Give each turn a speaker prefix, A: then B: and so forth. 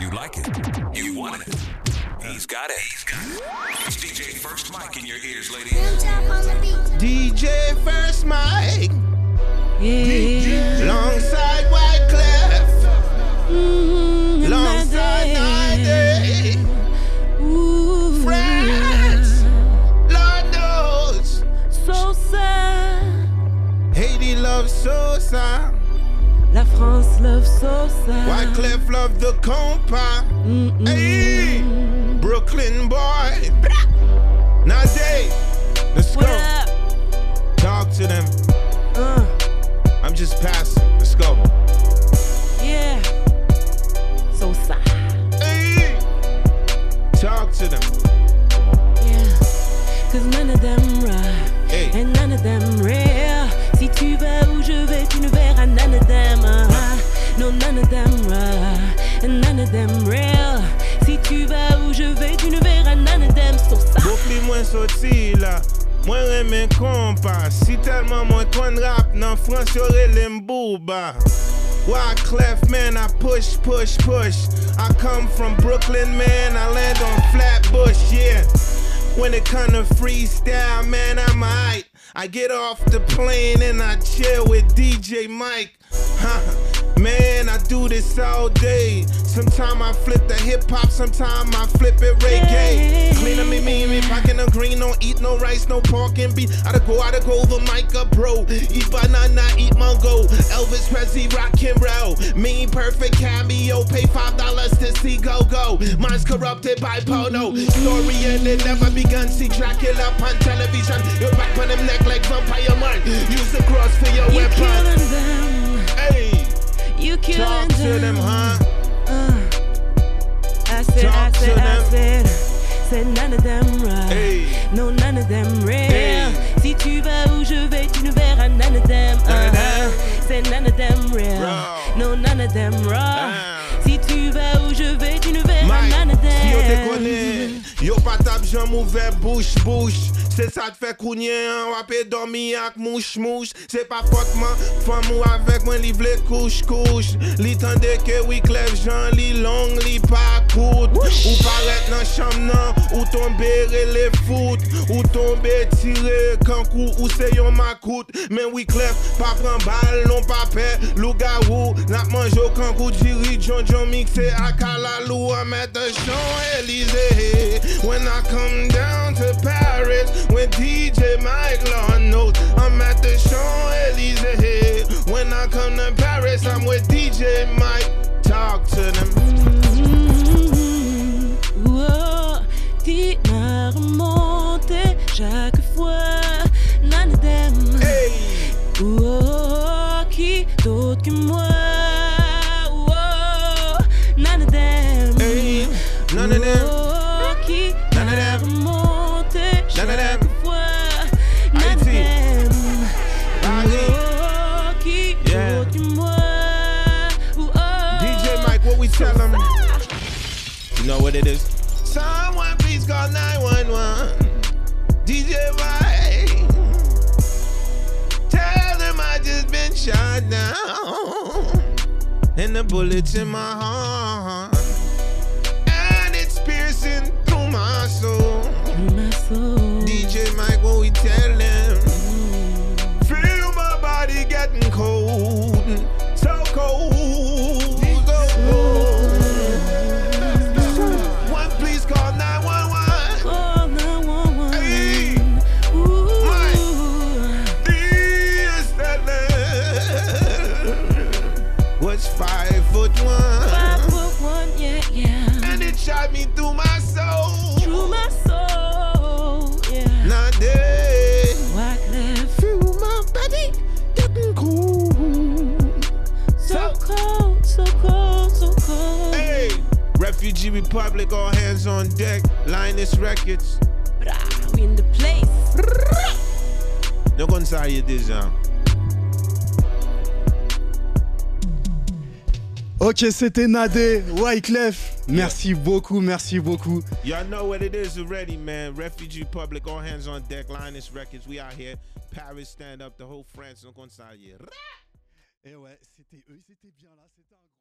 A: You like it. You want it. He's got it. He's got it. It's DJ First Mike in your ears, ladies.
B: DJ First Mike,
C: Yeah.
B: longside Wyclef, longside Nade,
C: Ooh,
B: France, Lord knows,
C: So sad.
B: Haiti loves Sosa,
C: La France love so sad.
B: Wyclef love the compa, hey, Brooklyn boy, Nade, let's
C: What
B: go,
C: up?
B: talk to them,
C: Uh,
B: I'm just passing, let's go,
C: yeah. So sad.
B: hey, talk to them,
C: Yeah. Cause none of them right.
B: hey.
C: And none of them real. Si tu vas où je vais, tu ne verras none of them. uh-huh. No, none of them right. And none of them real. Si tu vas où je vais, tu ne verras none of them. So sad.
B: Bopli mwen soti la, mwen remen kompa Si telman mwen kon rap nan Frans yore lem booba Why clef man, I push, push, push I come from Brooklyn man, I land on Flatbush, yeah When it come to freestyle man, I'm aight I get off the plane and I chill with DJ Mike Huh. Man, I do this all day. Sometime I flip the hip hop, sometime I flip it reggae. Clean up me, me, me, pocket no green, don't eat no rice, no pork and beef. I to go, I to go the mic up, bro. Eat banana, eat mango. Elvis Presley, rock and roll. Me, perfect cameo, pay five dollars to see go go. Mine's corrupted by porno. Story and it never begun. See Dracula on television. You're back on them neck like vampire man. Use the cross for your
C: You
B: weapon.
C: killing them.
B: Hey.
C: You killing
B: Talk
C: them.
B: to them, huh?
C: Uh, I said, I
B: Talk to
C: said, I
B: them.
C: said, said none of them right.
B: Hey.
C: No, none of them real.
B: Hey.
C: Si tu vas où je vais, tu ne verras none of them.
B: None of
C: uh-huh.
B: them.
C: Said none of them real.
B: Raw.
C: No, none of them raw.
B: Damn.
C: Si tu vas où je vais, tu ne verras
B: Mike,
C: none of them.
B: si yo te konen, yo patap jom ouve bouch bouch Se sa te fe kounyen, an wapè dormi ak mouch mouch Se pa fotman, fam ou avek mwen li vle kouch kouch Li tende ke wi klef jan, li long, li pa kout Ou paret nan cham nan, ou tombe rele fout Ou tombe tire kankou, ou se yon makout Men wi klef, pa pran bal, non pa pe, louga ou Nap manjo kankou, diri jon jon mikse akala lou I'm at the Champs-Élysées When I come down to Paris When DJ Mike Law knows I'm at the Champs-Élysées When I come to Paris I'm with DJ Mike Talk to them
C: Wow, tu m'as remonté chaque fois. None of them.
B: Hey,
C: Wow, oh, qui d'autre que moi? oh, Wow, none of them.
B: hey, none of them
C: Wow, qui
B: None of
C: m'a
B: them.
C: remonté
B: None of
C: chaque
B: them.
C: fois? None of
B: Haïti.
C: them.
B: Paris.
C: Wow, qui
B: Yeah.
C: d'autre que moi? Wow.
B: DJ Mike, what we tell them? You know what it is? Someone please call 911 DJ Mike Tell them I just been shot down. And the bullet's in my heart. And it's piercing through my soul.
C: My soul.
B: DJ Mike, what we tell them? Feel my body getting cold. So cold. So cold. One, please call 911.
C: Call 911.
B: Hey.
C: Ooh.
B: This that love was five foot one,
C: Five foot one, yeah, yeah.
B: and it shot me through my soul.
C: Through my soul, yeah.
B: Now they
C: Why left
B: feel my body getting cold.
C: so cold, so cold, so cold.
B: Hey, Refugee Republic, all hands on deck. Linus Records.
C: But ah, we in the place.
B: No gon sa ye deja.
D: Ok, c'était Nadé, Wyclef. Merci beaucoup, merci beaucoup.
B: Y'all know what it is already, man. Refugee Public, all hands on deck. Linus Records, we out here. Paris, stand up. The whole France, no gon sa ye.
D: Et ouais, c'était eux, ils étaient bien là, c'était un gros-